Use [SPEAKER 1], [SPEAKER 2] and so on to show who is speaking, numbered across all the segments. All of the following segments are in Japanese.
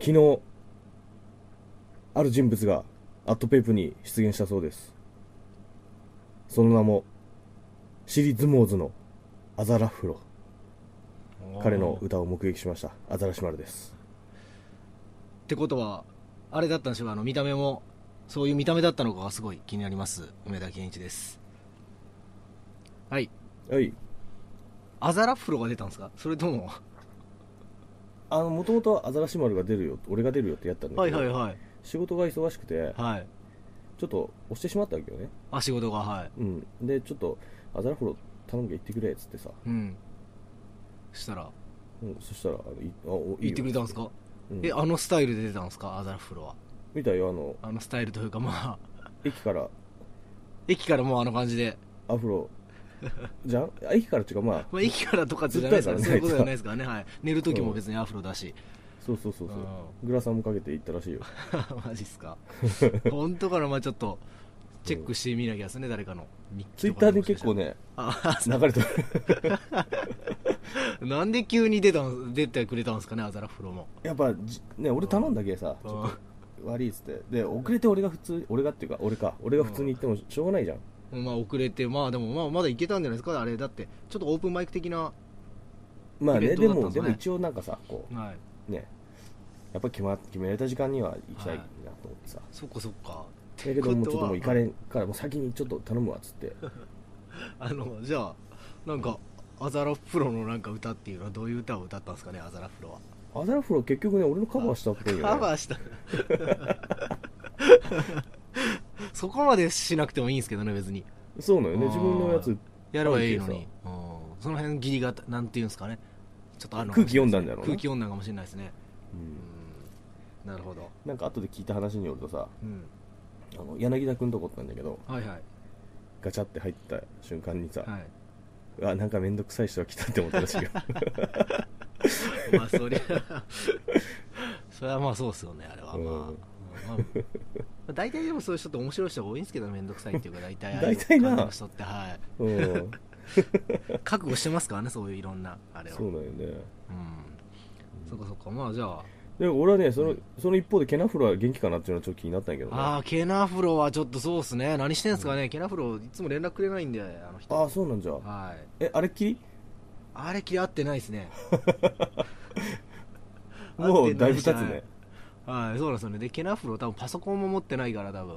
[SPEAKER 1] 昨日、ある人物がアットペープに出現したそうです。その名も、シリズモーズのアザラフロ。彼の
[SPEAKER 2] っ
[SPEAKER 1] 歌を目撃しました。アザラシ丸です。
[SPEAKER 2] てことはあれだったんでしょうかあの見た目もそういう見た目だったのかがすごい気になります梅田健一ですはい
[SPEAKER 1] はい。
[SPEAKER 2] アザラッフロが出たんですかそれとも
[SPEAKER 1] あの、もともとはアザラシ丸が出るよ、俺が出るよってやったんだけど、
[SPEAKER 2] はいはいはい
[SPEAKER 1] 仕事が忙しくて、
[SPEAKER 2] はい
[SPEAKER 1] ちょっと押してしまったわけよね。
[SPEAKER 2] あ仕事がはい
[SPEAKER 1] うん。で、ちょっと、アザラフロ頼むから行ってくれ、っつってさ。
[SPEAKER 2] うんそしたら
[SPEAKER 1] うん、そしたら、あのいあおいいよ
[SPEAKER 2] 言ってくれたんですか
[SPEAKER 1] うん
[SPEAKER 2] えあのスタイルで出たんですかアザラッフロは
[SPEAKER 1] みたいよ、あの、
[SPEAKER 2] あのスタイルというかまあ
[SPEAKER 1] 駅から
[SPEAKER 2] 駅からもうあの感じで、
[SPEAKER 1] アフロじゃんあ駅からっていうかまあ
[SPEAKER 2] まあ、駅からとかじゃないですからね
[SPEAKER 1] ず
[SPEAKER 2] そうい
[SPEAKER 1] っ
[SPEAKER 2] う
[SPEAKER 1] と
[SPEAKER 2] こ
[SPEAKER 1] やから
[SPEAKER 2] とじゃないですからね、はい、寝る時も別にアフロだし、
[SPEAKER 1] そうそうそうそう
[SPEAKER 2] う
[SPEAKER 1] グラサンもかけて行ったらしいよ
[SPEAKER 2] マジっすか本当からまあちょっとチェックしてみなきゃですね、誰かの日
[SPEAKER 1] ツ
[SPEAKER 2] 記
[SPEAKER 1] イッ
[SPEAKER 2] と
[SPEAKER 1] タ
[SPEAKER 2] か
[SPEAKER 1] ーで結構
[SPEAKER 2] ね
[SPEAKER 1] ね
[SPEAKER 2] あ
[SPEAKER 1] 流れてる
[SPEAKER 2] なんで急に出たん出てくれたんですかねアザラフロも
[SPEAKER 1] やっぱじね俺頼んだけさちょっと悪いっつってで遅れて俺が普通俺がっていうか俺か俺が普通に行ってもしょうがないじゃん
[SPEAKER 2] まあ遅れてまあでもまあまだいけたんじゃないですかあれだってちょっとオープンマイク的な、
[SPEAKER 1] まあ
[SPEAKER 2] イベ
[SPEAKER 1] ね
[SPEAKER 2] ント
[SPEAKER 1] で
[SPEAKER 2] だったん
[SPEAKER 1] も
[SPEAKER 2] です
[SPEAKER 1] で
[SPEAKER 2] ね
[SPEAKER 1] も一応なんかさこ
[SPEAKER 2] はい、
[SPEAKER 1] うねやっぱ決ま決められた時間には行きたいなと思ってさ、
[SPEAKER 2] そっかそっか
[SPEAKER 1] だけどもうちょっともう行か
[SPEAKER 2] れ
[SPEAKER 1] れんからもう先にちょっと頼むわっつって
[SPEAKER 2] あのじゃあなんかアザラフロのなんか歌っていうのはどういう歌を歌ったんですかねアザラフロは
[SPEAKER 1] アザラフロ結局ね俺のカバーしたっぽいよね
[SPEAKER 2] カバーした そこまでしなくてもいいんですけどね別に
[SPEAKER 1] そうなのよね
[SPEAKER 2] あー
[SPEAKER 1] 自分のやつ
[SPEAKER 2] やればいいのに、うんその辺ギリがなんていうんですかねちょっとあるのか
[SPEAKER 1] 空
[SPEAKER 2] も
[SPEAKER 1] 気
[SPEAKER 2] しれ
[SPEAKER 1] 読
[SPEAKER 2] ない
[SPEAKER 1] んだんだろうな
[SPEAKER 2] 空気読んだのかもしれないですね
[SPEAKER 1] うん
[SPEAKER 2] うんなるほど、
[SPEAKER 1] なんか後で聞いた話によるとさ
[SPEAKER 2] うん、
[SPEAKER 1] あの柳田君とこったんだけど
[SPEAKER 2] はいはい
[SPEAKER 1] ガチャって入った瞬間にさ、
[SPEAKER 2] は
[SPEAKER 1] うわなんか面倒くさい人が来たって思ったらしい よ
[SPEAKER 2] いまあそりゃ それはまあそうですよねあれ
[SPEAKER 1] う
[SPEAKER 2] はまあ、
[SPEAKER 1] ん
[SPEAKER 2] うんまあまあ大体でもそういう人って面白い人が多いんですけど面倒くさいっていうか大体ああい
[SPEAKER 1] 大
[SPEAKER 2] う
[SPEAKER 1] 体な
[SPEAKER 2] 感じの人ってはい
[SPEAKER 1] うん
[SPEAKER 2] 覚悟してますからねそういういろんなあれを
[SPEAKER 1] そうなんよね
[SPEAKER 2] うんそっかそっかまあじゃあ
[SPEAKER 1] で俺はねその,、
[SPEAKER 2] うん
[SPEAKER 1] その一方でケナフロは元気かなっていうのはちょっと気になったんやけどね
[SPEAKER 2] ああケナフロはちょっとそうっすね何してんすかね、ケナフロいつも連絡くれないんであの人
[SPEAKER 1] あーそうなんじゃ
[SPEAKER 2] はい
[SPEAKER 1] えあれっきり
[SPEAKER 2] あれ嫌ってないですね
[SPEAKER 1] も
[SPEAKER 2] 会って
[SPEAKER 1] う
[SPEAKER 2] な
[SPEAKER 1] だい
[SPEAKER 2] い
[SPEAKER 1] ぶ経
[SPEAKER 2] し
[SPEAKER 1] つね
[SPEAKER 2] はい、はいそうなんですよねでケナフロ多分パソコンも持ってないから多分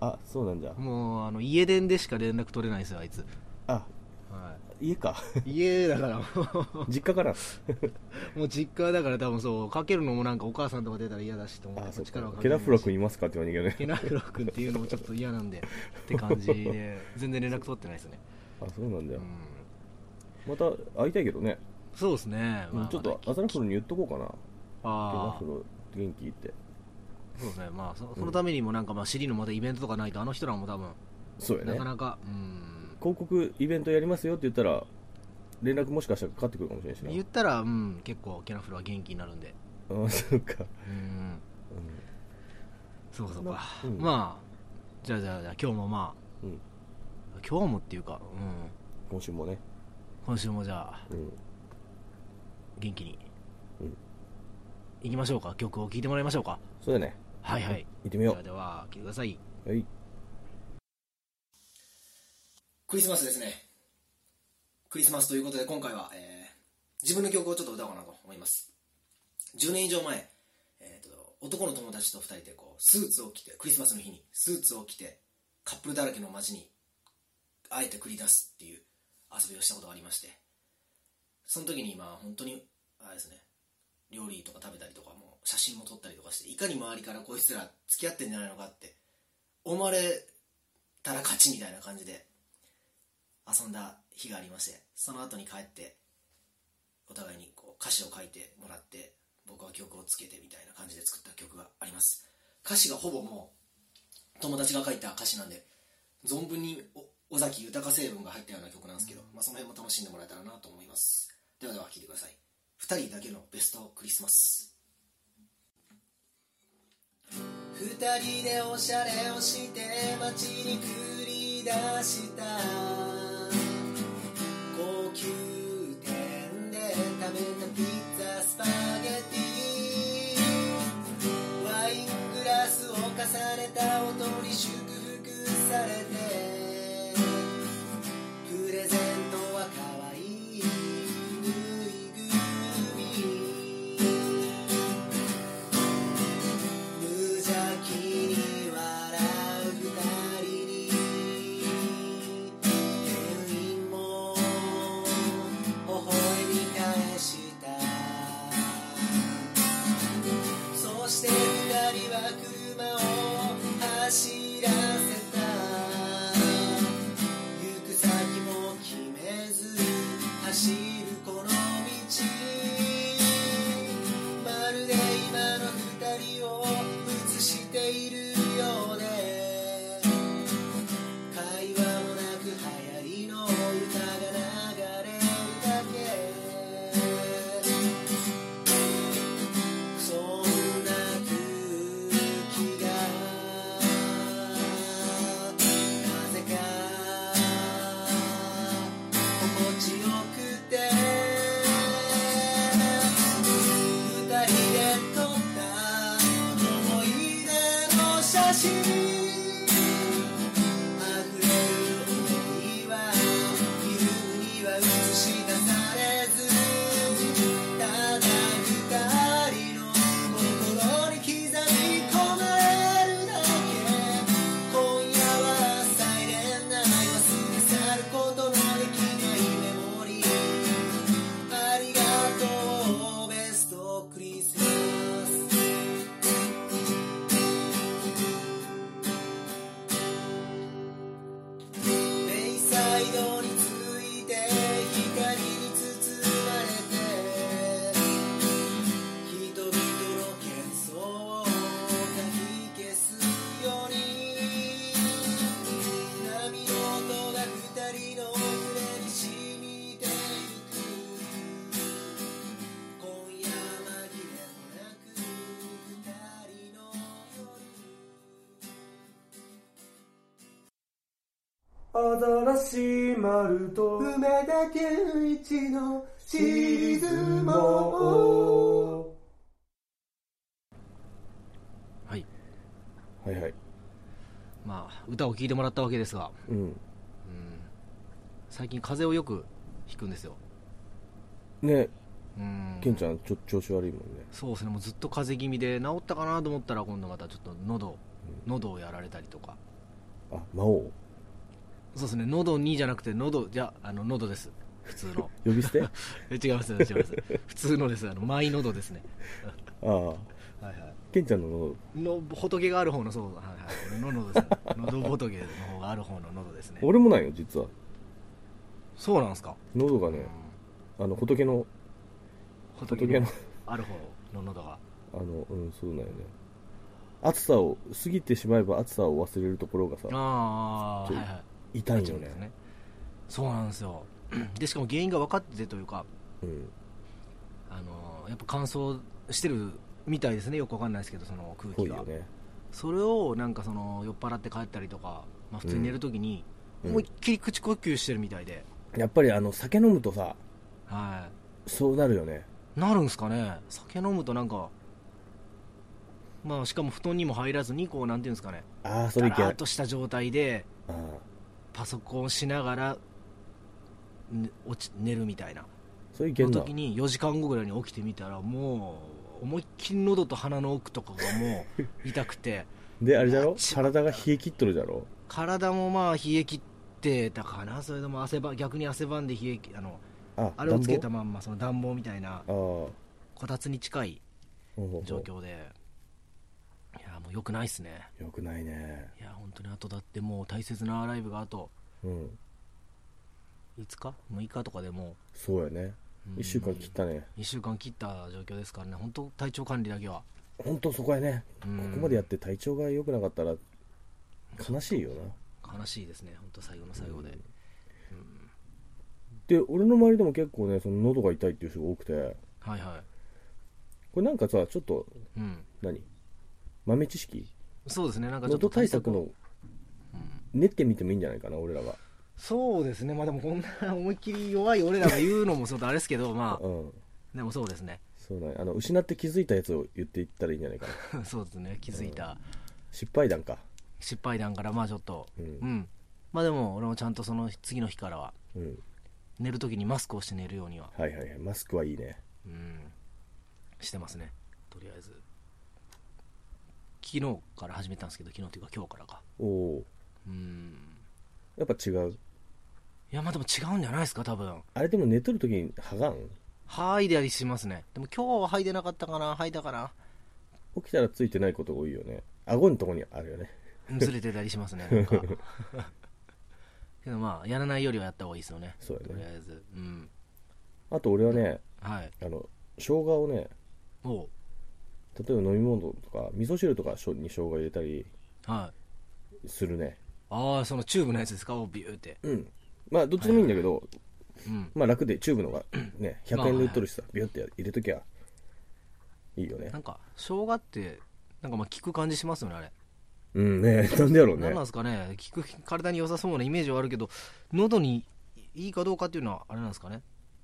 [SPEAKER 1] あそうなんじゃ
[SPEAKER 2] もうあの家電でしか連絡取れないんですよあいつ、
[SPEAKER 1] あ
[SPEAKER 2] は
[SPEAKER 1] 家 か
[SPEAKER 2] い、家だからも
[SPEAKER 1] 実家から
[SPEAKER 2] うもう実家だから多分そうかけるのもなんかお母さんとか出たら嫌だしと思っ
[SPEAKER 1] あ
[SPEAKER 2] て
[SPEAKER 1] そう
[SPEAKER 2] こっちからは
[SPEAKER 1] か
[SPEAKER 2] か
[SPEAKER 1] ケ
[SPEAKER 2] け
[SPEAKER 1] ナ
[SPEAKER 2] ない
[SPEAKER 1] フロ
[SPEAKER 2] し
[SPEAKER 1] 君いますかって言わなきゃいけ
[SPEAKER 2] ケナフロ君っていうのもちょっと嫌なんでって感じで全然連絡取ってないですね、
[SPEAKER 1] ないあそうなんだ
[SPEAKER 2] う
[SPEAKER 1] よ
[SPEAKER 2] ん、
[SPEAKER 1] また会いたいけどね、
[SPEAKER 2] そうですね、まあ
[SPEAKER 1] ちょっと
[SPEAKER 2] ま
[SPEAKER 1] アザラフロに言っとこうかな
[SPEAKER 2] あ
[SPEAKER 1] ケナ
[SPEAKER 2] あ
[SPEAKER 1] フロ元気って
[SPEAKER 2] そうですね、まあ、そそのためにもなんか、まあ、尻のまたイベントとかないと、あの人らも多分、
[SPEAKER 1] そうやね
[SPEAKER 2] なかなか、うん、
[SPEAKER 1] 広告イベントやりますよって言ったら連絡もしかしたらかかってくるかもしれないし
[SPEAKER 2] 言
[SPEAKER 1] な
[SPEAKER 2] ったら、うん、結構、ケナフルは元気になるんで、
[SPEAKER 1] あ そうか、
[SPEAKER 2] うん、そうかそうか、
[SPEAKER 1] なうん
[SPEAKER 2] まあ、じゃあ、じゃあ、じゃあ、今日もま
[SPEAKER 1] うんうん、
[SPEAKER 2] あ、今日もっていうか、うん、
[SPEAKER 1] 今週もね、
[SPEAKER 2] 今週もじゃあ、
[SPEAKER 1] うん、
[SPEAKER 2] 元気に、
[SPEAKER 1] うん
[SPEAKER 2] 行きましょうか、曲を聴いてもらいましょうか。
[SPEAKER 1] そうだね
[SPEAKER 2] はいはい。
[SPEAKER 1] 行ってみ
[SPEAKER 2] で
[SPEAKER 1] よ
[SPEAKER 2] はでは、聴いてください。
[SPEAKER 1] うはい
[SPEAKER 2] クリスマスですね。クリスマスということで今回は、えー自分の曲をちょっと歌おうかなと思います。10年以上前、えーと男の友達と2人でこうスーツを着て、クリスマスの日にスーツを着てカップルだらけの街にあえて繰り出すっていう遊びをしたことがありまして、その時に今本当に、あれですね、料理とか食べたりとかもう写真も撮ったりとかして、いかに周りからこいつら付き合ってんじゃないのかって思われたら勝ちみたいな感じで遊んだ日がありましてその後に帰ってお互いにこう歌詞を書いてもらって僕は曲をつけてみたいな感じで作った曲があります歌詞がほぼもう友達が書いた歌詞なんで存分にお尾崎豊成分が入ったような曲なんですけど、まあ、その辺も楽しんでもらえたらなと思いますではでは聴いてください2人だけのベストクリスマス二人でおしゃれをして街に繰り出した高級店で食べたピッツァスパゲティ
[SPEAKER 3] 車を走らせた行く先も決めず走るこの道まるで今の二人を映しているようで会話もなく流行りの歌が流れるだけそんな空気がなぜか心地よくて二人で撮った思い出の写真溢れる想いは昼には映し出されずただ二人の心に刻み込まれるだけ今夜はサイレンナイト忘れ去ることのできないメモリーありがとうベストクリスマスベイサイドについて光に包まれて人々の喧騒をかき消すように波の音が二人の胸に染みていく今夜紛れもなく二人の
[SPEAKER 4] アザラシマルと
[SPEAKER 3] 梅田健一のシリーズも
[SPEAKER 4] も
[SPEAKER 2] はい
[SPEAKER 1] はいはい。
[SPEAKER 2] まあ歌を聴いてもらったわけですが
[SPEAKER 1] うん。
[SPEAKER 2] 最近風邪をよくひくんですよ
[SPEAKER 1] ね、
[SPEAKER 2] うん
[SPEAKER 1] ケンちゃん、ちょっと調子悪いもんね。
[SPEAKER 2] そうですねもうずっと風邪気味で治ったかなと思ったら今度またちょっと喉喉をやられたりとか
[SPEAKER 1] あ、魔王
[SPEAKER 2] そうですね喉にじゃなくて喉じゃあの喉です普通 の
[SPEAKER 1] 呼び 捨てあ
[SPEAKER 2] え違います違います普通のですあのマイ喉ですね
[SPEAKER 1] あ。
[SPEAKER 2] はいはい
[SPEAKER 1] ケンちゃんの喉、
[SPEAKER 2] の仏がある方のそうはいはい俺の喉ですね喉仏の方がある方の喉ですね
[SPEAKER 1] 俺もないよ、実は。
[SPEAKER 2] そうなんですか、
[SPEAKER 1] 喉が
[SPEAKER 2] う
[SPEAKER 1] ね
[SPEAKER 2] ん、
[SPEAKER 1] あの、仏の、
[SPEAKER 2] 仏
[SPEAKER 1] 仏
[SPEAKER 2] の
[SPEAKER 1] の、
[SPEAKER 2] ある方の喉が
[SPEAKER 1] あの、うん、そうなんよね。暑さを、過ぎてしまえば暑さを忘れるところがさ、
[SPEAKER 2] ああ
[SPEAKER 1] そう
[SPEAKER 2] はいはい
[SPEAKER 1] 痛い
[SPEAKER 2] そ
[SPEAKER 1] よ
[SPEAKER 2] うです
[SPEAKER 1] ね。
[SPEAKER 2] ねそうなんですよ でしかも原因が分かっててというか
[SPEAKER 1] うん。
[SPEAKER 2] あのーやっぱ乾燥してるみたいですねよく分かんないですけどその空
[SPEAKER 1] ぽ
[SPEAKER 2] 気
[SPEAKER 1] い
[SPEAKER 2] が、
[SPEAKER 1] よね。
[SPEAKER 2] それをなんかその酔っ払って帰ったりとか、まあ、普通に寝るときに
[SPEAKER 1] うん
[SPEAKER 2] 思いっきり口呼吸してるみたいで、
[SPEAKER 1] やっぱりあの、酒飲むとさ、
[SPEAKER 2] は
[SPEAKER 1] そうなるよね。
[SPEAKER 2] いなるんすかね酒飲むとなんかまあしかも布団にも入らずにこうなんていうんですかね
[SPEAKER 1] ああ、そ
[SPEAKER 2] だ
[SPEAKER 1] れいけ
[SPEAKER 2] ら
[SPEAKER 1] な
[SPEAKER 2] ーっ
[SPEAKER 1] い。
[SPEAKER 2] とした状態で
[SPEAKER 1] ああ。
[SPEAKER 2] パソコンをしながらね落ち寝るみたいな
[SPEAKER 1] それいけ
[SPEAKER 2] の
[SPEAKER 1] んな
[SPEAKER 2] 時。に4時間後ぐらいに起きてみたらもう思いっきり喉と鼻の奥とかがも う痛くて
[SPEAKER 1] で、あれじゃろ
[SPEAKER 2] あち
[SPEAKER 1] 体が冷え切っとるじゃろ
[SPEAKER 2] 体もまあ冷え切ってたかなそれでも汗ば逆に汗ばんで冷えきあの
[SPEAKER 1] あ、
[SPEAKER 2] あれをつけた
[SPEAKER 1] 暖
[SPEAKER 2] まんまその暖房みたいな
[SPEAKER 1] 房ああ。
[SPEAKER 2] こたつに近い
[SPEAKER 1] ほうほうほう
[SPEAKER 2] 状況でいやもう良くないっすね
[SPEAKER 1] よくないね。
[SPEAKER 2] いや本当にあとだってもう大切なライブがあと
[SPEAKER 1] うん。
[SPEAKER 2] 5日6日とかでも
[SPEAKER 1] そうやね。
[SPEAKER 2] うん
[SPEAKER 1] 一週間切ったね。
[SPEAKER 2] う2週間切った状況ですからね本当体調管理だけは
[SPEAKER 1] ほんとそこやね。こ
[SPEAKER 2] うん
[SPEAKER 1] こまでやって体調が良くなかったら、悲しいよな。
[SPEAKER 2] 悲しいですね本当最後の最後で、
[SPEAKER 1] で、俺の周りでも結構ね、その喉が痛いっていう人が多くて、
[SPEAKER 2] はいは
[SPEAKER 1] これなんかさ、ちょっと、
[SPEAKER 2] いうん
[SPEAKER 1] 何豆知識
[SPEAKER 2] そうですねなんかちょっ
[SPEAKER 1] 喉
[SPEAKER 2] と
[SPEAKER 1] 対策
[SPEAKER 2] を
[SPEAKER 1] の、練ってみてもいいんじゃないかな、俺らが。
[SPEAKER 2] そうですねまあでもこんな思いっきり弱い俺らが言うのもそうとあれですけどまあ
[SPEAKER 1] うん。
[SPEAKER 2] でもそうですね
[SPEAKER 1] そうなんやあの、失って気づいたやつを言っていったらいいんじゃない かな。
[SPEAKER 2] そうですね気づいた
[SPEAKER 1] 失敗談か。
[SPEAKER 2] 失敗談からまあちょっと
[SPEAKER 1] う
[SPEAKER 2] うんん、まあでも俺もちゃんとその次の日からは
[SPEAKER 1] うん。
[SPEAKER 2] 寝るときにマスクをして寝るようには
[SPEAKER 1] はいはいはい。マスクはいいね。
[SPEAKER 2] うんしてますねとりあえず昨日から始めたんですけど昨日というか今日からか
[SPEAKER 1] おお
[SPEAKER 2] うん
[SPEAKER 1] ー。やっぱ違う。
[SPEAKER 2] いやまあでも違うんじゃないですか多分
[SPEAKER 1] あれでも寝とる時に剥がん
[SPEAKER 2] はいでありしますねでも今日ははいでなかったかなはいだかな
[SPEAKER 1] 起きたらついてないことが多いよね顎のとこにあるよね
[SPEAKER 2] ずれてたりしますねな んかけどまあやらないよりはやった方がいいですよね
[SPEAKER 1] そうだね
[SPEAKER 2] とりあえずうん
[SPEAKER 1] あと俺はね
[SPEAKER 2] はい
[SPEAKER 1] あの生姜をね
[SPEAKER 2] おう
[SPEAKER 1] 例えば飲み物とか味噌汁とかしょに生姜入れたり
[SPEAKER 2] はい
[SPEAKER 1] するね
[SPEAKER 2] ああそのチューブのやつですかをビューって
[SPEAKER 1] うんまあどっちでもいいんだけど、
[SPEAKER 2] うん
[SPEAKER 1] まあ楽でチューブのが ね100円で売っとるしさ、ビュッて入れときゃいいよね
[SPEAKER 2] なんか生姜ってなんかまあ効く感じしますよねあれ
[SPEAKER 1] うんねなんでやろうね
[SPEAKER 2] 何なんですかね効く体に良さそうなイメージはあるけど喉にいいかどうかっていうのはあれなんですかね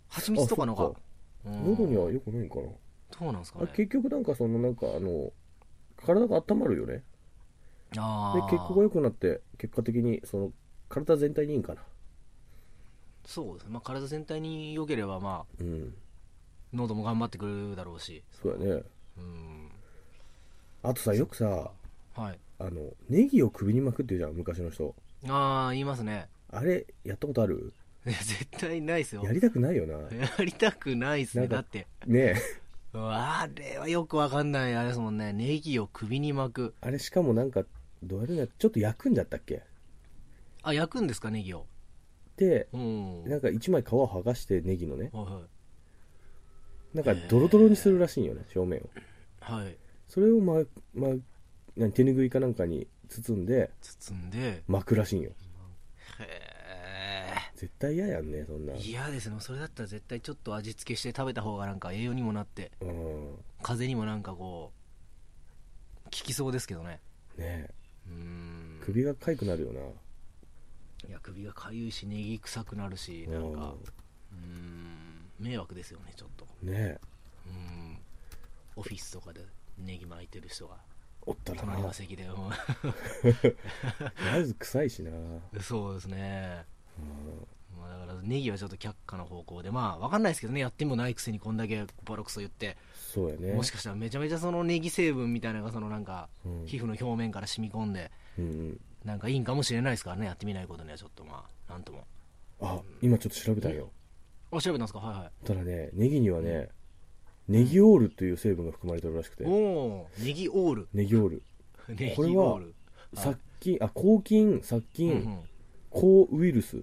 [SPEAKER 2] 蜂蜜とかの
[SPEAKER 1] あ
[SPEAKER 2] が
[SPEAKER 1] そっか
[SPEAKER 2] うん
[SPEAKER 1] 喉にはよくないんかな、
[SPEAKER 2] どうなんですか
[SPEAKER 1] あ
[SPEAKER 2] ね
[SPEAKER 1] 結局なんかそのなんかあの体が温まるよね
[SPEAKER 2] あ
[SPEAKER 1] で
[SPEAKER 2] ー
[SPEAKER 1] 血行が良くなって結果的にその体全体にいいんかな
[SPEAKER 2] そうですね、まあ、体全体に良ければまあ
[SPEAKER 1] うん
[SPEAKER 2] 喉も頑張ってくれるだろうし
[SPEAKER 1] そうだね
[SPEAKER 2] うん
[SPEAKER 1] あとさよくさ
[SPEAKER 2] はい
[SPEAKER 1] あのネギを首に巻くっていうじゃん昔の人
[SPEAKER 2] ああ言いますね
[SPEAKER 1] あれやったことある
[SPEAKER 2] いや絶対ないですよ
[SPEAKER 1] やりたくないよな
[SPEAKER 2] やりたくないですね
[SPEAKER 1] なんか
[SPEAKER 2] だって
[SPEAKER 1] ねえ
[SPEAKER 2] うわあれはよくわかんないあれですもんねネギを首に巻く
[SPEAKER 1] あれしかもなんかどうやるんだちょっと焼くんだったっけ
[SPEAKER 2] あ焼くんですかネギを
[SPEAKER 1] で
[SPEAKER 2] うん
[SPEAKER 1] なんか1枚皮を剥がしてネギのね
[SPEAKER 2] はい
[SPEAKER 1] なんかドロドロにするらしいんよね表面を
[SPEAKER 2] はいはい
[SPEAKER 1] それを、まま、何手拭いかなんかに包んで
[SPEAKER 2] 包んで
[SPEAKER 1] 巻くらしいんよ
[SPEAKER 2] へ
[SPEAKER 1] 絶対嫌やんねそんな
[SPEAKER 2] え嫌ですねそれだったら絶対ちょっと味付けして食べた方がなんか栄養にもなって
[SPEAKER 1] うん
[SPEAKER 2] 風邪にもなんかこう効きそうですけどね
[SPEAKER 1] ねえ
[SPEAKER 2] うーん
[SPEAKER 1] 首がかゆくなるよない
[SPEAKER 2] や首がかゆいしネギ臭くなるしなんかうーん迷惑ですよねちょっと
[SPEAKER 1] うんねえ
[SPEAKER 2] うんオフィスとかでネギ巻いてる人が
[SPEAKER 1] おったらな
[SPEAKER 2] 隣の席で、
[SPEAKER 1] まず臭いしな
[SPEAKER 2] うん、 そうですね、まあ、だからネギはちょっと却下の方向でまあ分かんないですけどねやってもないくせにこんだけボロクソ言って、
[SPEAKER 1] そうやね
[SPEAKER 2] もしかしたらめちゃめちゃそのネギ成分みたいなのがそのなんか
[SPEAKER 1] うん
[SPEAKER 2] 皮膚の表面から染み込んで
[SPEAKER 1] うんうん
[SPEAKER 2] なんかいいんかもしれないですからねやってみないことにはちょっとまあなんとも
[SPEAKER 1] あ今ちょっと調べたんよ
[SPEAKER 2] あ調べたんですかはいはい
[SPEAKER 1] ただねネギにはねネギオールという成分が含まれてるらしくて
[SPEAKER 2] おおーネギオール
[SPEAKER 1] ネギオール
[SPEAKER 2] ネギ
[SPEAKER 1] これ
[SPEAKER 2] オ
[SPEAKER 1] は
[SPEAKER 2] ール
[SPEAKER 1] 殺菌あ抗菌殺
[SPEAKER 2] うん
[SPEAKER 1] 菌抗ウイルス
[SPEAKER 2] う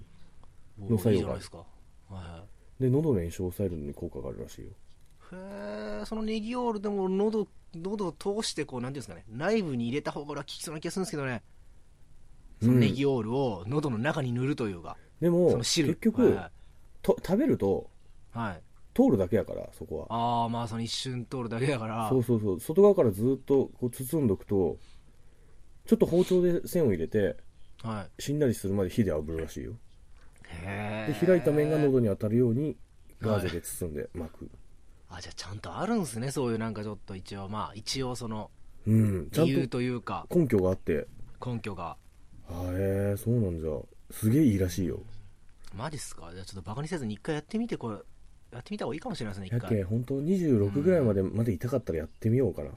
[SPEAKER 2] ん
[SPEAKER 1] の
[SPEAKER 2] おー
[SPEAKER 1] 作
[SPEAKER 2] いいじ
[SPEAKER 1] 用が
[SPEAKER 2] ゃないですかはいはい
[SPEAKER 1] で喉の炎症を抑えるのに効果があるらしいよ
[SPEAKER 2] へえそのネギオールでも喉喉を通してこうなんていうんですかね内部に入れた方が俺は効きそうな気がするんですけどねそのネギオールを喉の中に塗るというか、
[SPEAKER 1] でも
[SPEAKER 2] その汁
[SPEAKER 1] 結局
[SPEAKER 2] はい、
[SPEAKER 1] と食べると
[SPEAKER 2] はい
[SPEAKER 1] 通るだけやからそこは
[SPEAKER 2] ああまあその一瞬通るだけだから
[SPEAKER 1] そうそうそう外側からずっとこう包んどくとちょっと包丁で線を入れて
[SPEAKER 2] はい
[SPEAKER 1] しんなりするまで火で炙るらしいよ
[SPEAKER 2] へ
[SPEAKER 1] で
[SPEAKER 2] え
[SPEAKER 1] 開いた面が喉に当たるようにガーゼで包んで巻く
[SPEAKER 2] あじゃあちゃんとあるんですねそういうなんかちょっと一応まあ一応その
[SPEAKER 1] うんちゃ
[SPEAKER 2] 理由
[SPEAKER 1] んと
[SPEAKER 2] というか
[SPEAKER 1] 根拠があって
[SPEAKER 2] 根拠が
[SPEAKER 1] あへえそうなんじゃすげえいいらしいよ
[SPEAKER 2] マジっすかじゃあちょっとバカにせずに一回やってみてこれやってみた方がいいかもしれないですね
[SPEAKER 1] や
[SPEAKER 2] 一
[SPEAKER 1] け
[SPEAKER 2] 回
[SPEAKER 1] 本当26ぐらいまでまで痛かったらやってみようかな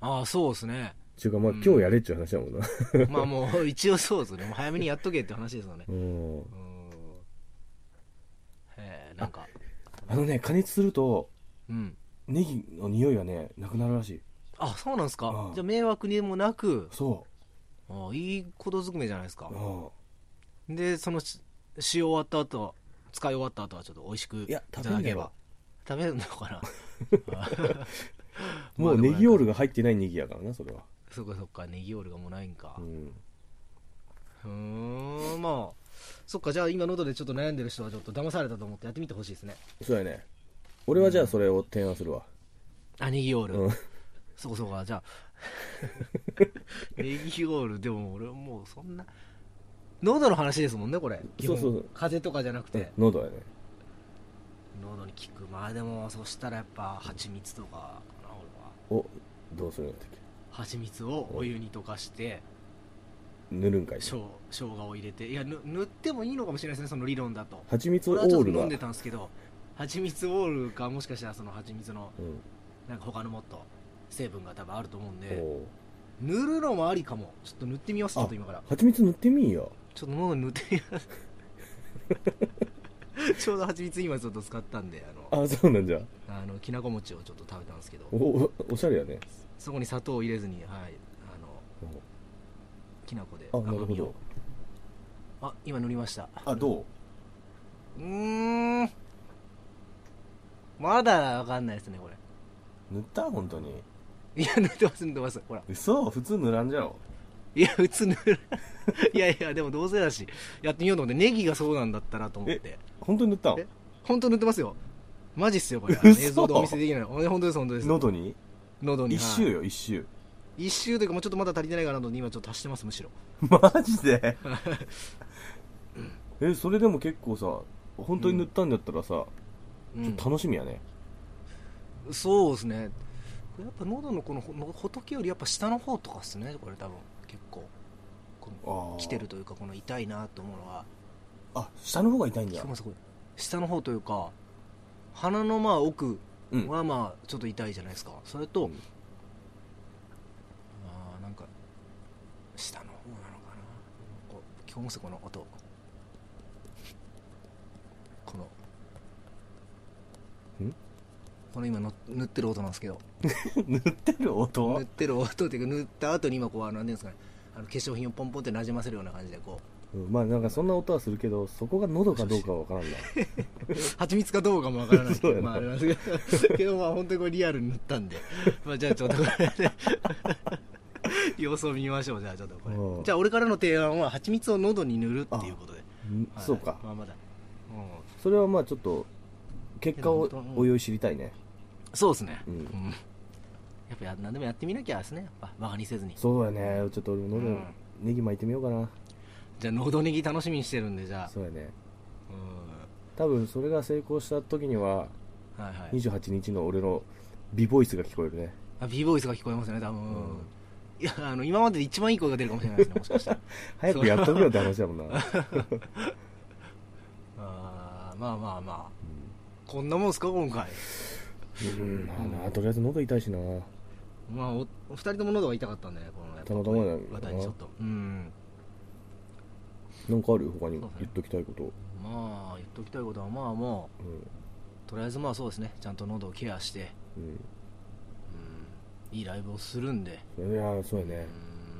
[SPEAKER 2] ああそうで すね
[SPEAKER 1] ちゅうかまあ
[SPEAKER 2] うん
[SPEAKER 1] 今日やれっちゅう話だもんな
[SPEAKER 2] まあもう一応そうですねもう早めにやっとけって話ですよね
[SPEAKER 1] うん
[SPEAKER 2] うーんへえなんか
[SPEAKER 1] あのね加熱すると
[SPEAKER 2] うん
[SPEAKER 1] ネギの匂いはねなくなるらしい
[SPEAKER 2] あそうなんですか
[SPEAKER 1] うん
[SPEAKER 2] じゃあ迷惑にもなく
[SPEAKER 1] そ
[SPEAKER 2] あいいことづくめじゃないですか
[SPEAKER 1] うあ
[SPEAKER 2] でそのし使用終わった後使い終わった後はちょっと美味しくい
[SPEAKER 1] いや
[SPEAKER 2] ただけば食べるのか な
[SPEAKER 1] もうネギオー
[SPEAKER 2] ル
[SPEAKER 1] ルが入ってないネギやからなそれは
[SPEAKER 2] そっかそっかネギオールがもうないんか
[SPEAKER 1] うん
[SPEAKER 2] うーんまあそっかじゃあ今喉でちょっと悩んでる人はちょっと騙されたと思ってやってみてほしいですね
[SPEAKER 1] そうやね俺はじゃあそれを提案するわ
[SPEAKER 2] あネギオール、
[SPEAKER 1] うん
[SPEAKER 2] そこそこじゃあ ネギオールでも俺はもうそんな喉の話ですもんねこれ基本
[SPEAKER 1] そうそうそう
[SPEAKER 2] 風邪とかじゃなくて
[SPEAKER 1] 喉やね
[SPEAKER 2] 喉に効くまあでもそしたらやっぱ蜂蜜とかかな俺は
[SPEAKER 1] をどうするんだったっけ
[SPEAKER 2] 蜂蜜をお湯に溶かして
[SPEAKER 1] 塗るんかい
[SPEAKER 2] しょう生姜を入れていやぬ塗ってもいいのかもしれないですねその理論だと
[SPEAKER 1] 蜂蜜オ
[SPEAKER 2] 俺はちょ
[SPEAKER 1] ー
[SPEAKER 2] っと
[SPEAKER 1] ル
[SPEAKER 2] 飲
[SPEAKER 1] が
[SPEAKER 2] んでたんですけど蜂蜜オールかもしかしたらその蜂蜜の
[SPEAKER 1] うん
[SPEAKER 2] なんか他のもっと成分が多分あると思うんで
[SPEAKER 1] おう
[SPEAKER 2] 塗るのもありかもちょっと塗ってみますちょっと今から
[SPEAKER 1] 蜂蜜塗ってみいや
[SPEAKER 2] ちょっと喉に塗ってみますちょうど蜂蜜今ちょっと使ったんであの
[SPEAKER 1] あそうなんじゃ
[SPEAKER 2] あのきなこ餅をちょっと食べたんですけど
[SPEAKER 1] おおおしゃれやね
[SPEAKER 2] そこに砂糖を入れずにはいあのきなこで
[SPEAKER 1] あなる
[SPEAKER 2] 甘
[SPEAKER 1] ほ
[SPEAKER 2] みを
[SPEAKER 1] ど
[SPEAKER 2] あ今塗りました
[SPEAKER 1] あどう
[SPEAKER 2] うーんまだわかんないですねこれ
[SPEAKER 1] 塗った本当に
[SPEAKER 2] いや塗ってます塗ってますほら
[SPEAKER 1] 嘘普通塗らんじゃろ
[SPEAKER 2] いや普通塗るいやいやでもどうせだしやってみようと思ってネギがそうなんだったらと思って
[SPEAKER 1] 本当に塗ったん
[SPEAKER 2] え本当塗ってますよマジっすよこ れあの
[SPEAKER 1] 嘘
[SPEAKER 2] 映像でお見せできないほん本当です本当です
[SPEAKER 1] 喉に
[SPEAKER 2] 喉に
[SPEAKER 1] 一
[SPEAKER 2] は
[SPEAKER 1] 周
[SPEAKER 2] い
[SPEAKER 1] よ一周
[SPEAKER 2] 一周というかもうちょっとまだ足りてないかなと思って今ちょっと足してますむしろ
[SPEAKER 1] マジ でえそれでも結構さ本当に塗ったんだったらさ、
[SPEAKER 2] うん
[SPEAKER 1] ちょっと楽しみやね、
[SPEAKER 2] そうですねやっぱ喉のこのほの仏よりやっぱ下の方とかっすねこれ多分結構こ
[SPEAKER 1] あ
[SPEAKER 2] の
[SPEAKER 1] ー
[SPEAKER 2] 来てるというかこの痛いなと思うのは
[SPEAKER 1] あ下の方が痛いん
[SPEAKER 2] 聞
[SPEAKER 1] だ
[SPEAKER 2] こえますこれ下の方というか鼻のまあ奥
[SPEAKER 1] うん
[SPEAKER 2] はまあちょっと痛いじゃないですか、それと、
[SPEAKER 1] うん
[SPEAKER 2] あーなんか下の方なのかなこう聞こえますこの音この
[SPEAKER 1] ん
[SPEAKER 2] この今の塗ってる音なんですけど
[SPEAKER 1] 塗ってる
[SPEAKER 2] 塗
[SPEAKER 1] 音
[SPEAKER 2] ってる音っていうか塗った後に今こうあのなんていうんですかねあの化粧品をポンポンってなじませるような感じでこ
[SPEAKER 1] うんまあなんかそんな音はするけどそこが喉かどうかは分からんな
[SPEAKER 2] う 蜂蜜かどうかもわからないけ
[SPEAKER 1] そうや
[SPEAKER 2] ど,、
[SPEAKER 1] な
[SPEAKER 2] まあ、あれなんですけど けどまあ本当にこれリアルに塗ったんで まあじゃあちょっとこれで 様子を見ましょうじゃあちょっとこ
[SPEAKER 1] う
[SPEAKER 2] れ
[SPEAKER 1] ん
[SPEAKER 2] じゃあ俺からの提案は蜂蜜を喉に塗るっていうことで、
[SPEAKER 1] うん
[SPEAKER 2] はい
[SPEAKER 1] そうか
[SPEAKER 2] まあまだ、うん、
[SPEAKER 1] それはまあちょっと結果を
[SPEAKER 2] けど本当
[SPEAKER 1] おいおい知りたいね
[SPEAKER 2] そうですね、
[SPEAKER 1] う
[SPEAKER 2] うんんやっぱや何でもやってみなきゃですねやっぱバカにせずに
[SPEAKER 1] そうやねちょっと俺も喉、
[SPEAKER 2] うん
[SPEAKER 1] ネギ巻いてみようかな
[SPEAKER 2] じゃあ喉ネギ楽しみにしてるんでじゃあ
[SPEAKER 1] そうやね
[SPEAKER 2] う
[SPEAKER 1] 多分それが成功した時には
[SPEAKER 2] んはいはい
[SPEAKER 1] 28日の俺の美ボイスが聞こえるね
[SPEAKER 2] あ B ボイスが聞こえますよね多分、
[SPEAKER 1] うん
[SPEAKER 2] いやあの今までで一番いい声が出るかもしれないですねもしかしたら
[SPEAKER 1] 早くやっとけよって話だもんな
[SPEAKER 2] あーまあまあまあ、こんなもんすか今回
[SPEAKER 1] うんまあなとりあえず喉痛いしな
[SPEAKER 2] まあおお二人とも喉が痛かったんでねこのやっぱ
[SPEAKER 1] たまたまだよな
[SPEAKER 2] 話題にちょっとうん
[SPEAKER 1] なんかある他に
[SPEAKER 2] そうだね
[SPEAKER 1] 言っときたいこと、
[SPEAKER 2] まあ言っときたいことはまあもう
[SPEAKER 1] うん
[SPEAKER 2] とりあえずまあそうですねちゃんと喉をケアしてうんいいライブをするんで
[SPEAKER 1] うん、いやーそうや
[SPEAKER 2] う
[SPEAKER 1] ね
[SPEAKER 2] ん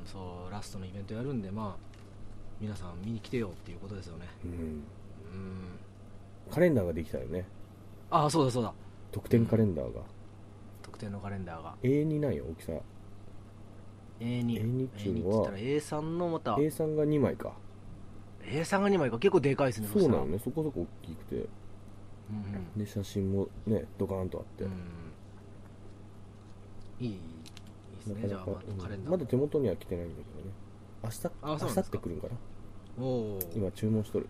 [SPEAKER 2] そうラストのイベントやるんでまあ皆さん見に来てよっていうことですよね
[SPEAKER 1] うん
[SPEAKER 2] うん
[SPEAKER 1] カレンダーができたよね
[SPEAKER 2] ああそうだそうだ
[SPEAKER 1] 特典カレンダーが
[SPEAKER 2] 特典のカレンダーが
[SPEAKER 1] 永遠にないよ大きさ
[SPEAKER 2] A2
[SPEAKER 1] A2
[SPEAKER 2] A2 って言ったら A3 のまた
[SPEAKER 1] A3 が2枚か
[SPEAKER 2] A3 が2枚か結構でかいですね
[SPEAKER 1] そうな
[SPEAKER 2] したら
[SPEAKER 1] のねそこそこ大きくて
[SPEAKER 2] うんうん
[SPEAKER 1] で写真もねドカーンとあって、
[SPEAKER 2] うんいいいいですねじゃあま
[SPEAKER 1] うん
[SPEAKER 2] あカレンダー
[SPEAKER 1] まだ手元には来てないんだけどね明日
[SPEAKER 2] あそう
[SPEAKER 1] 明後
[SPEAKER 2] なんで
[SPEAKER 1] 日
[SPEAKER 2] す
[SPEAKER 1] って
[SPEAKER 2] か
[SPEAKER 1] 来るんかな
[SPEAKER 2] おお
[SPEAKER 1] 今注文しとる、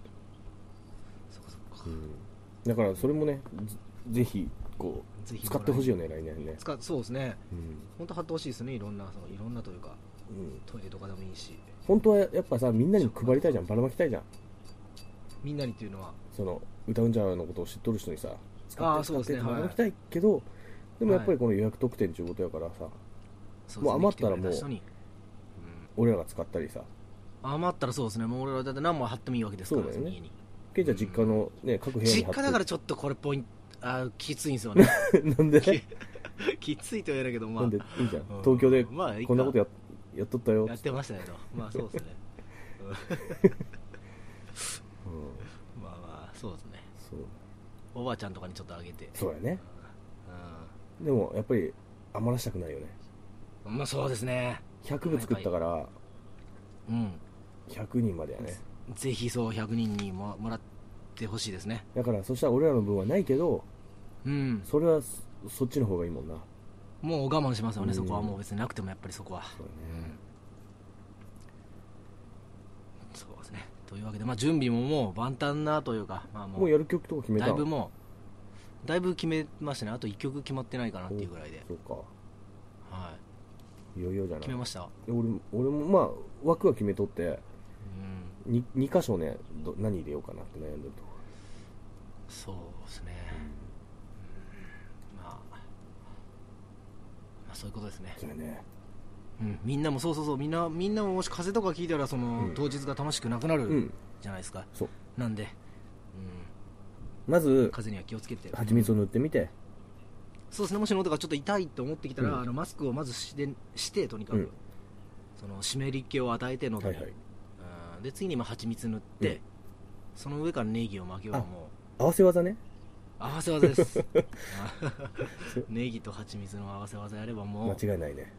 [SPEAKER 2] そこそこか
[SPEAKER 1] うん、だからそれもねぜぜひこ
[SPEAKER 2] ぜ
[SPEAKER 1] う
[SPEAKER 2] ひ
[SPEAKER 1] 使ってほしいよね来年ね
[SPEAKER 2] 使っそうですね
[SPEAKER 1] うん、
[SPEAKER 2] 本当貼ってほしいですねいろんなそのいろんなというか
[SPEAKER 1] うん、
[SPEAKER 2] トイレとかでもいいし
[SPEAKER 1] 本当はやっぱさみんなに配りたいじゃんばらまきたいじゃん
[SPEAKER 2] みんなにっていうのは
[SPEAKER 1] その歌うんじゃうのことを知っとる人にさ使
[SPEAKER 2] あ
[SPEAKER 1] っ
[SPEAKER 2] ー
[SPEAKER 1] て
[SPEAKER 2] そう
[SPEAKER 1] 使って
[SPEAKER 2] ですね
[SPEAKER 1] ってば
[SPEAKER 2] はい
[SPEAKER 1] らまきたいけど、でもやっぱりこの予約特典っていうことやからさ、
[SPEAKER 2] そ
[SPEAKER 1] もう余ったら
[SPEAKER 2] 来てくれ人に
[SPEAKER 1] 俺らが使ったりさ
[SPEAKER 2] うん余ったらそうですねもう俺はだって何も貼ってもいいわけですから
[SPEAKER 1] そうだ
[SPEAKER 2] そ
[SPEAKER 1] よね
[SPEAKER 2] の家に
[SPEAKER 1] ケイちゃん実家のね、各部屋に貼
[SPEAKER 2] 実
[SPEAKER 1] って
[SPEAKER 2] 家だからちょっとこれポイントあーきついんです よね
[SPEAKER 1] なんで
[SPEAKER 2] きついとは言えないけどまあ
[SPEAKER 1] なんでいいじゃん
[SPEAKER 2] うん
[SPEAKER 1] 東京で
[SPEAKER 2] まあいいか
[SPEAKER 1] こんなことややっとったよ
[SPEAKER 2] やってましたけどまあそうですね
[SPEAKER 1] うん
[SPEAKER 2] うんまあまあそうですね
[SPEAKER 1] そう
[SPEAKER 2] おばあちゃんとかにちょっとあげて
[SPEAKER 1] そうやね
[SPEAKER 2] う
[SPEAKER 1] でもやっぱり余らしたくないよね
[SPEAKER 2] んまあそうですね
[SPEAKER 1] 100部作ったから
[SPEAKER 2] うん
[SPEAKER 1] 100人までやね
[SPEAKER 2] ぜひそう100人にももらってほしいですね
[SPEAKER 1] だからそしたら俺らの分はないけど
[SPEAKER 2] うん
[SPEAKER 1] それはそそっちの方がいいもんな
[SPEAKER 2] もう我慢しますよね、
[SPEAKER 1] うん
[SPEAKER 2] そこはもう別になくてもやっぱりそこは
[SPEAKER 1] そう
[SPEAKER 2] そうですねというわけで、まあ、準備ももう万端なというか、まあ、
[SPEAKER 1] も
[SPEAKER 2] も
[SPEAKER 1] う
[SPEAKER 2] う
[SPEAKER 1] やる曲とか決めた
[SPEAKER 2] だいぶもうだいぶ決めましたねあと1曲決まってないかなっていうぐらいで、
[SPEAKER 1] そうか
[SPEAKER 2] はい
[SPEAKER 1] よいよじゃ
[SPEAKER 2] い、
[SPEAKER 1] な
[SPEAKER 2] 決め
[SPEAKER 1] い
[SPEAKER 2] ました
[SPEAKER 1] 俺も俺もまあ枠は決めとって
[SPEAKER 2] うん
[SPEAKER 1] に 2, 箇所ねど何入れようかなって悩んでるとこ
[SPEAKER 2] そうですね、うんまあ、まあそういうことですね、
[SPEAKER 1] そうやね
[SPEAKER 2] うん、みんなもそうそうそうみんなみんなももし風邪とか聞いたらその、
[SPEAKER 1] うん
[SPEAKER 2] 当日が楽しくなくな
[SPEAKER 1] うん
[SPEAKER 2] るじゃないですか、
[SPEAKER 1] そう
[SPEAKER 2] なんで、
[SPEAKER 1] まず
[SPEAKER 2] 風邪には気をつけて
[SPEAKER 1] 蜂蜜を塗ってみて
[SPEAKER 2] そうですねもし喉がちょっと痛いと思ってきたら、
[SPEAKER 1] うん
[SPEAKER 2] あのマスクをまずしてしてとにかく、
[SPEAKER 1] うん
[SPEAKER 2] その湿り気を与えて喉
[SPEAKER 1] は
[SPEAKER 2] に、
[SPEAKER 1] いはい
[SPEAKER 2] うんで次にまあ蜂蜜塗って、
[SPEAKER 1] うん
[SPEAKER 2] その上からネギを巻けばもう
[SPEAKER 1] 合わせ技ね
[SPEAKER 2] 合わせ技です ネギと蜂蜜の合わせ技やればもう
[SPEAKER 1] 間違いないね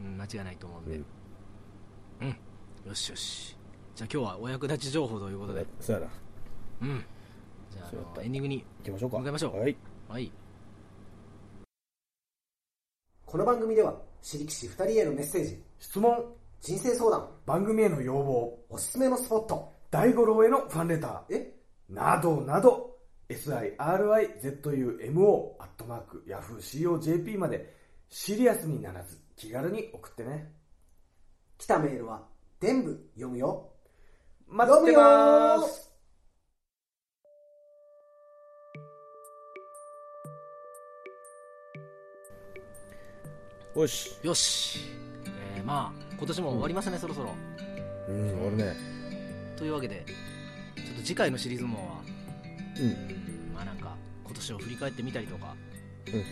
[SPEAKER 2] うん間違いないと思うん
[SPEAKER 1] う
[SPEAKER 2] で、
[SPEAKER 1] ん
[SPEAKER 2] よしよしじゃあ今日はお役立ち情報ということで
[SPEAKER 1] そうやな
[SPEAKER 2] うんじゃああ
[SPEAKER 1] そうやっ
[SPEAKER 2] の
[SPEAKER 1] た
[SPEAKER 2] エンディングに
[SPEAKER 1] 行きましょうか
[SPEAKER 2] 向かいましょう
[SPEAKER 1] はい
[SPEAKER 2] はい
[SPEAKER 3] この番組では、私力士2人へのメッセージ、
[SPEAKER 4] 質問
[SPEAKER 3] 人生相談、
[SPEAKER 4] 番組への要望
[SPEAKER 3] おすすめのスポット、
[SPEAKER 4] 大五郎へのファンレター
[SPEAKER 3] え
[SPEAKER 4] などなど sirizumo.yahooCOJP までシリアスにならず気軽に送ってね
[SPEAKER 3] 来たメールは全部読むよ。
[SPEAKER 4] 待ってます
[SPEAKER 1] よし
[SPEAKER 2] よし、えーまあ今年も終わりますね、そろそろ
[SPEAKER 1] うん俺ね
[SPEAKER 2] というわけでちょっと次回のシリーズもは
[SPEAKER 1] うん
[SPEAKER 2] うんまあなんか今年を振り返ってみたりとか、
[SPEAKER 1] うんうんうん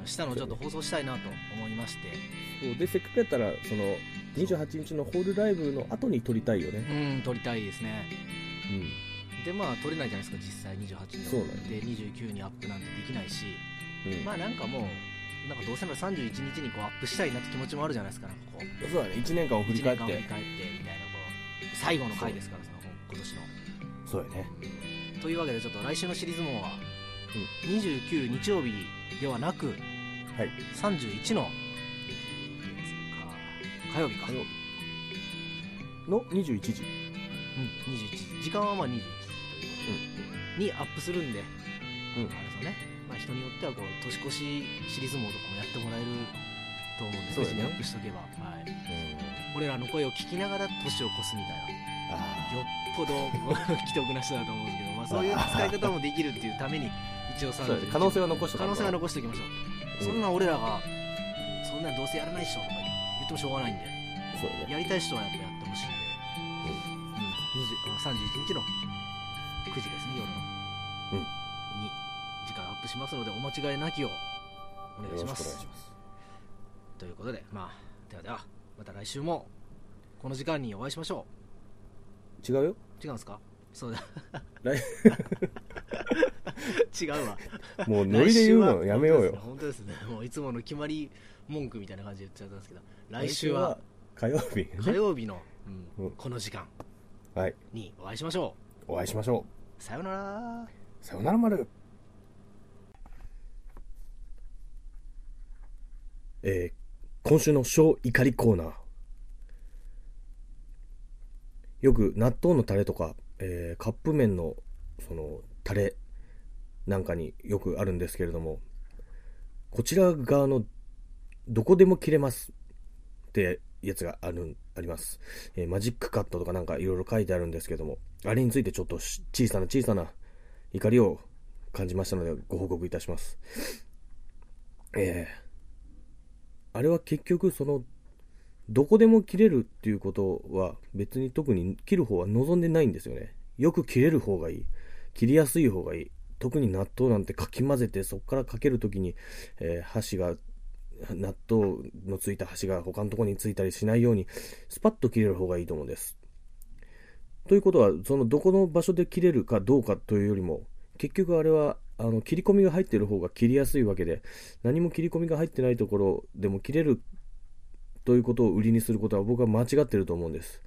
[SPEAKER 2] うん、したのをちょっと放送したいなと思いまして
[SPEAKER 1] そうでせっかくやったらその28日のホールライブの後に撮りたいよね
[SPEAKER 2] うん撮りたいですね
[SPEAKER 1] うん
[SPEAKER 2] でまあ撮れないじゃないですか実際28に
[SPEAKER 1] そうなん
[SPEAKER 2] 送って29にアップなんてできないし
[SPEAKER 1] うん
[SPEAKER 2] まあなんかもうなんかどうせなら31日にこうアップしたいなって気持ちもあるじゃないですかなんかこう
[SPEAKER 1] そうだね1年間を振り
[SPEAKER 2] 一
[SPEAKER 1] 返っ
[SPEAKER 2] 年間を振り
[SPEAKER 1] て
[SPEAKER 2] 返ってみたいなこう最後の回ですからその今年の
[SPEAKER 1] そうやね
[SPEAKER 2] というわけでちょっと来週のシリーズもは、29日曜日ではなく
[SPEAKER 1] はい
[SPEAKER 2] 31の火曜日か、
[SPEAKER 1] 火
[SPEAKER 2] うん
[SPEAKER 1] 曜、の21時
[SPEAKER 2] 21時時間はまあ21時ということで、にアップするんで、
[SPEAKER 1] うん
[SPEAKER 2] あれですよね、まあ、人によってはこう年越しシリーズもとかもやってもらえると思うんで
[SPEAKER 1] そうだ
[SPEAKER 2] 無事
[SPEAKER 1] ね
[SPEAKER 2] にアップしとけば、はい、俺らの声を聞きながら年を越すみたいな
[SPEAKER 1] あ
[SPEAKER 2] よっぽど 既得な人だと思うんですけど、まあ、そういう使い方もできるっていうために一応
[SPEAKER 1] あ
[SPEAKER 2] さ
[SPEAKER 1] そうやね可能性は残しとか
[SPEAKER 2] 可
[SPEAKER 1] んと
[SPEAKER 2] 能性は残しておきましょう、そんな俺らがそんなどうせやらないっしょとか言ってもしょうがないんで
[SPEAKER 1] そうやね
[SPEAKER 2] やりたい人はやっぱやってほしいんで、うん20あ31日の9時ですね夜の、
[SPEAKER 1] うん
[SPEAKER 2] に時間アップしますのでお間違いなきようお願いします
[SPEAKER 1] よろしくお願いします
[SPEAKER 2] ということでまあではではまた来週もこの時間にお会いしましょ
[SPEAKER 1] 違うよ
[SPEAKER 2] う違うんですかそうだ
[SPEAKER 1] 来
[SPEAKER 2] 違うわ
[SPEAKER 1] もう ノリで言う
[SPEAKER 2] 来週
[SPEAKER 1] の
[SPEAKER 2] は
[SPEAKER 1] やめようよ
[SPEAKER 2] 本当ですね本当ですねもういつもの決まり文句みたいな感じで言っちゃったんですけど来週は
[SPEAKER 1] 来週は火曜日
[SPEAKER 2] 火曜日の、うん
[SPEAKER 1] うん
[SPEAKER 2] この時間
[SPEAKER 1] はい
[SPEAKER 2] にお会いしましょ
[SPEAKER 1] お会いしましょ
[SPEAKER 2] うさようなら
[SPEAKER 1] うさよならまるえー今週の小怒りコーナーよく納豆のタレとか、えーカップ麺のそのタレなんかによくあるんですけれどもこちら側のどこでも切れますってやつがあるんあります、えーマジックカットとかなんかいろいろ書いてあるんですけどもあれについてちょっとし小さな小さな怒りを感じましたのでご報告いたしますえーあれは結局そのどこでも切れるっていうことは別に特に切る方は望んでないんですよねよく切れる方がいい切りやすい方がいい特に納豆なんてかき混ぜてそこからかけるときに、えー箸が納豆のついた箸が他のところについたりしないようにスパッと切れる方がいいと思うんですということはそのどこの場所で切れるかどうかというよりも結局あれはあの切り込みが入っている方が切りやすいわけで何も切り込みが入ってないところでも切れるということを売りにすることは僕は間違ってると思うんです。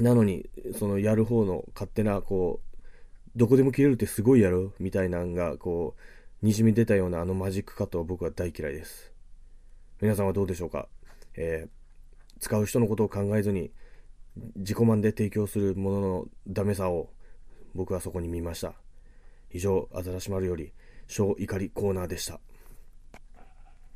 [SPEAKER 1] なのにそのやる方の勝手なこうどこでも切れるってすごいやろみたいなんがこうにじみ出たようなあのマジックカットは僕は大嫌いです。皆さんはどうでしょうか、えー使う人のことを考えずに自己満で提供するもののダメさを僕はそこに見ました。以上、アザラシ丸より小怒りコーナーでした。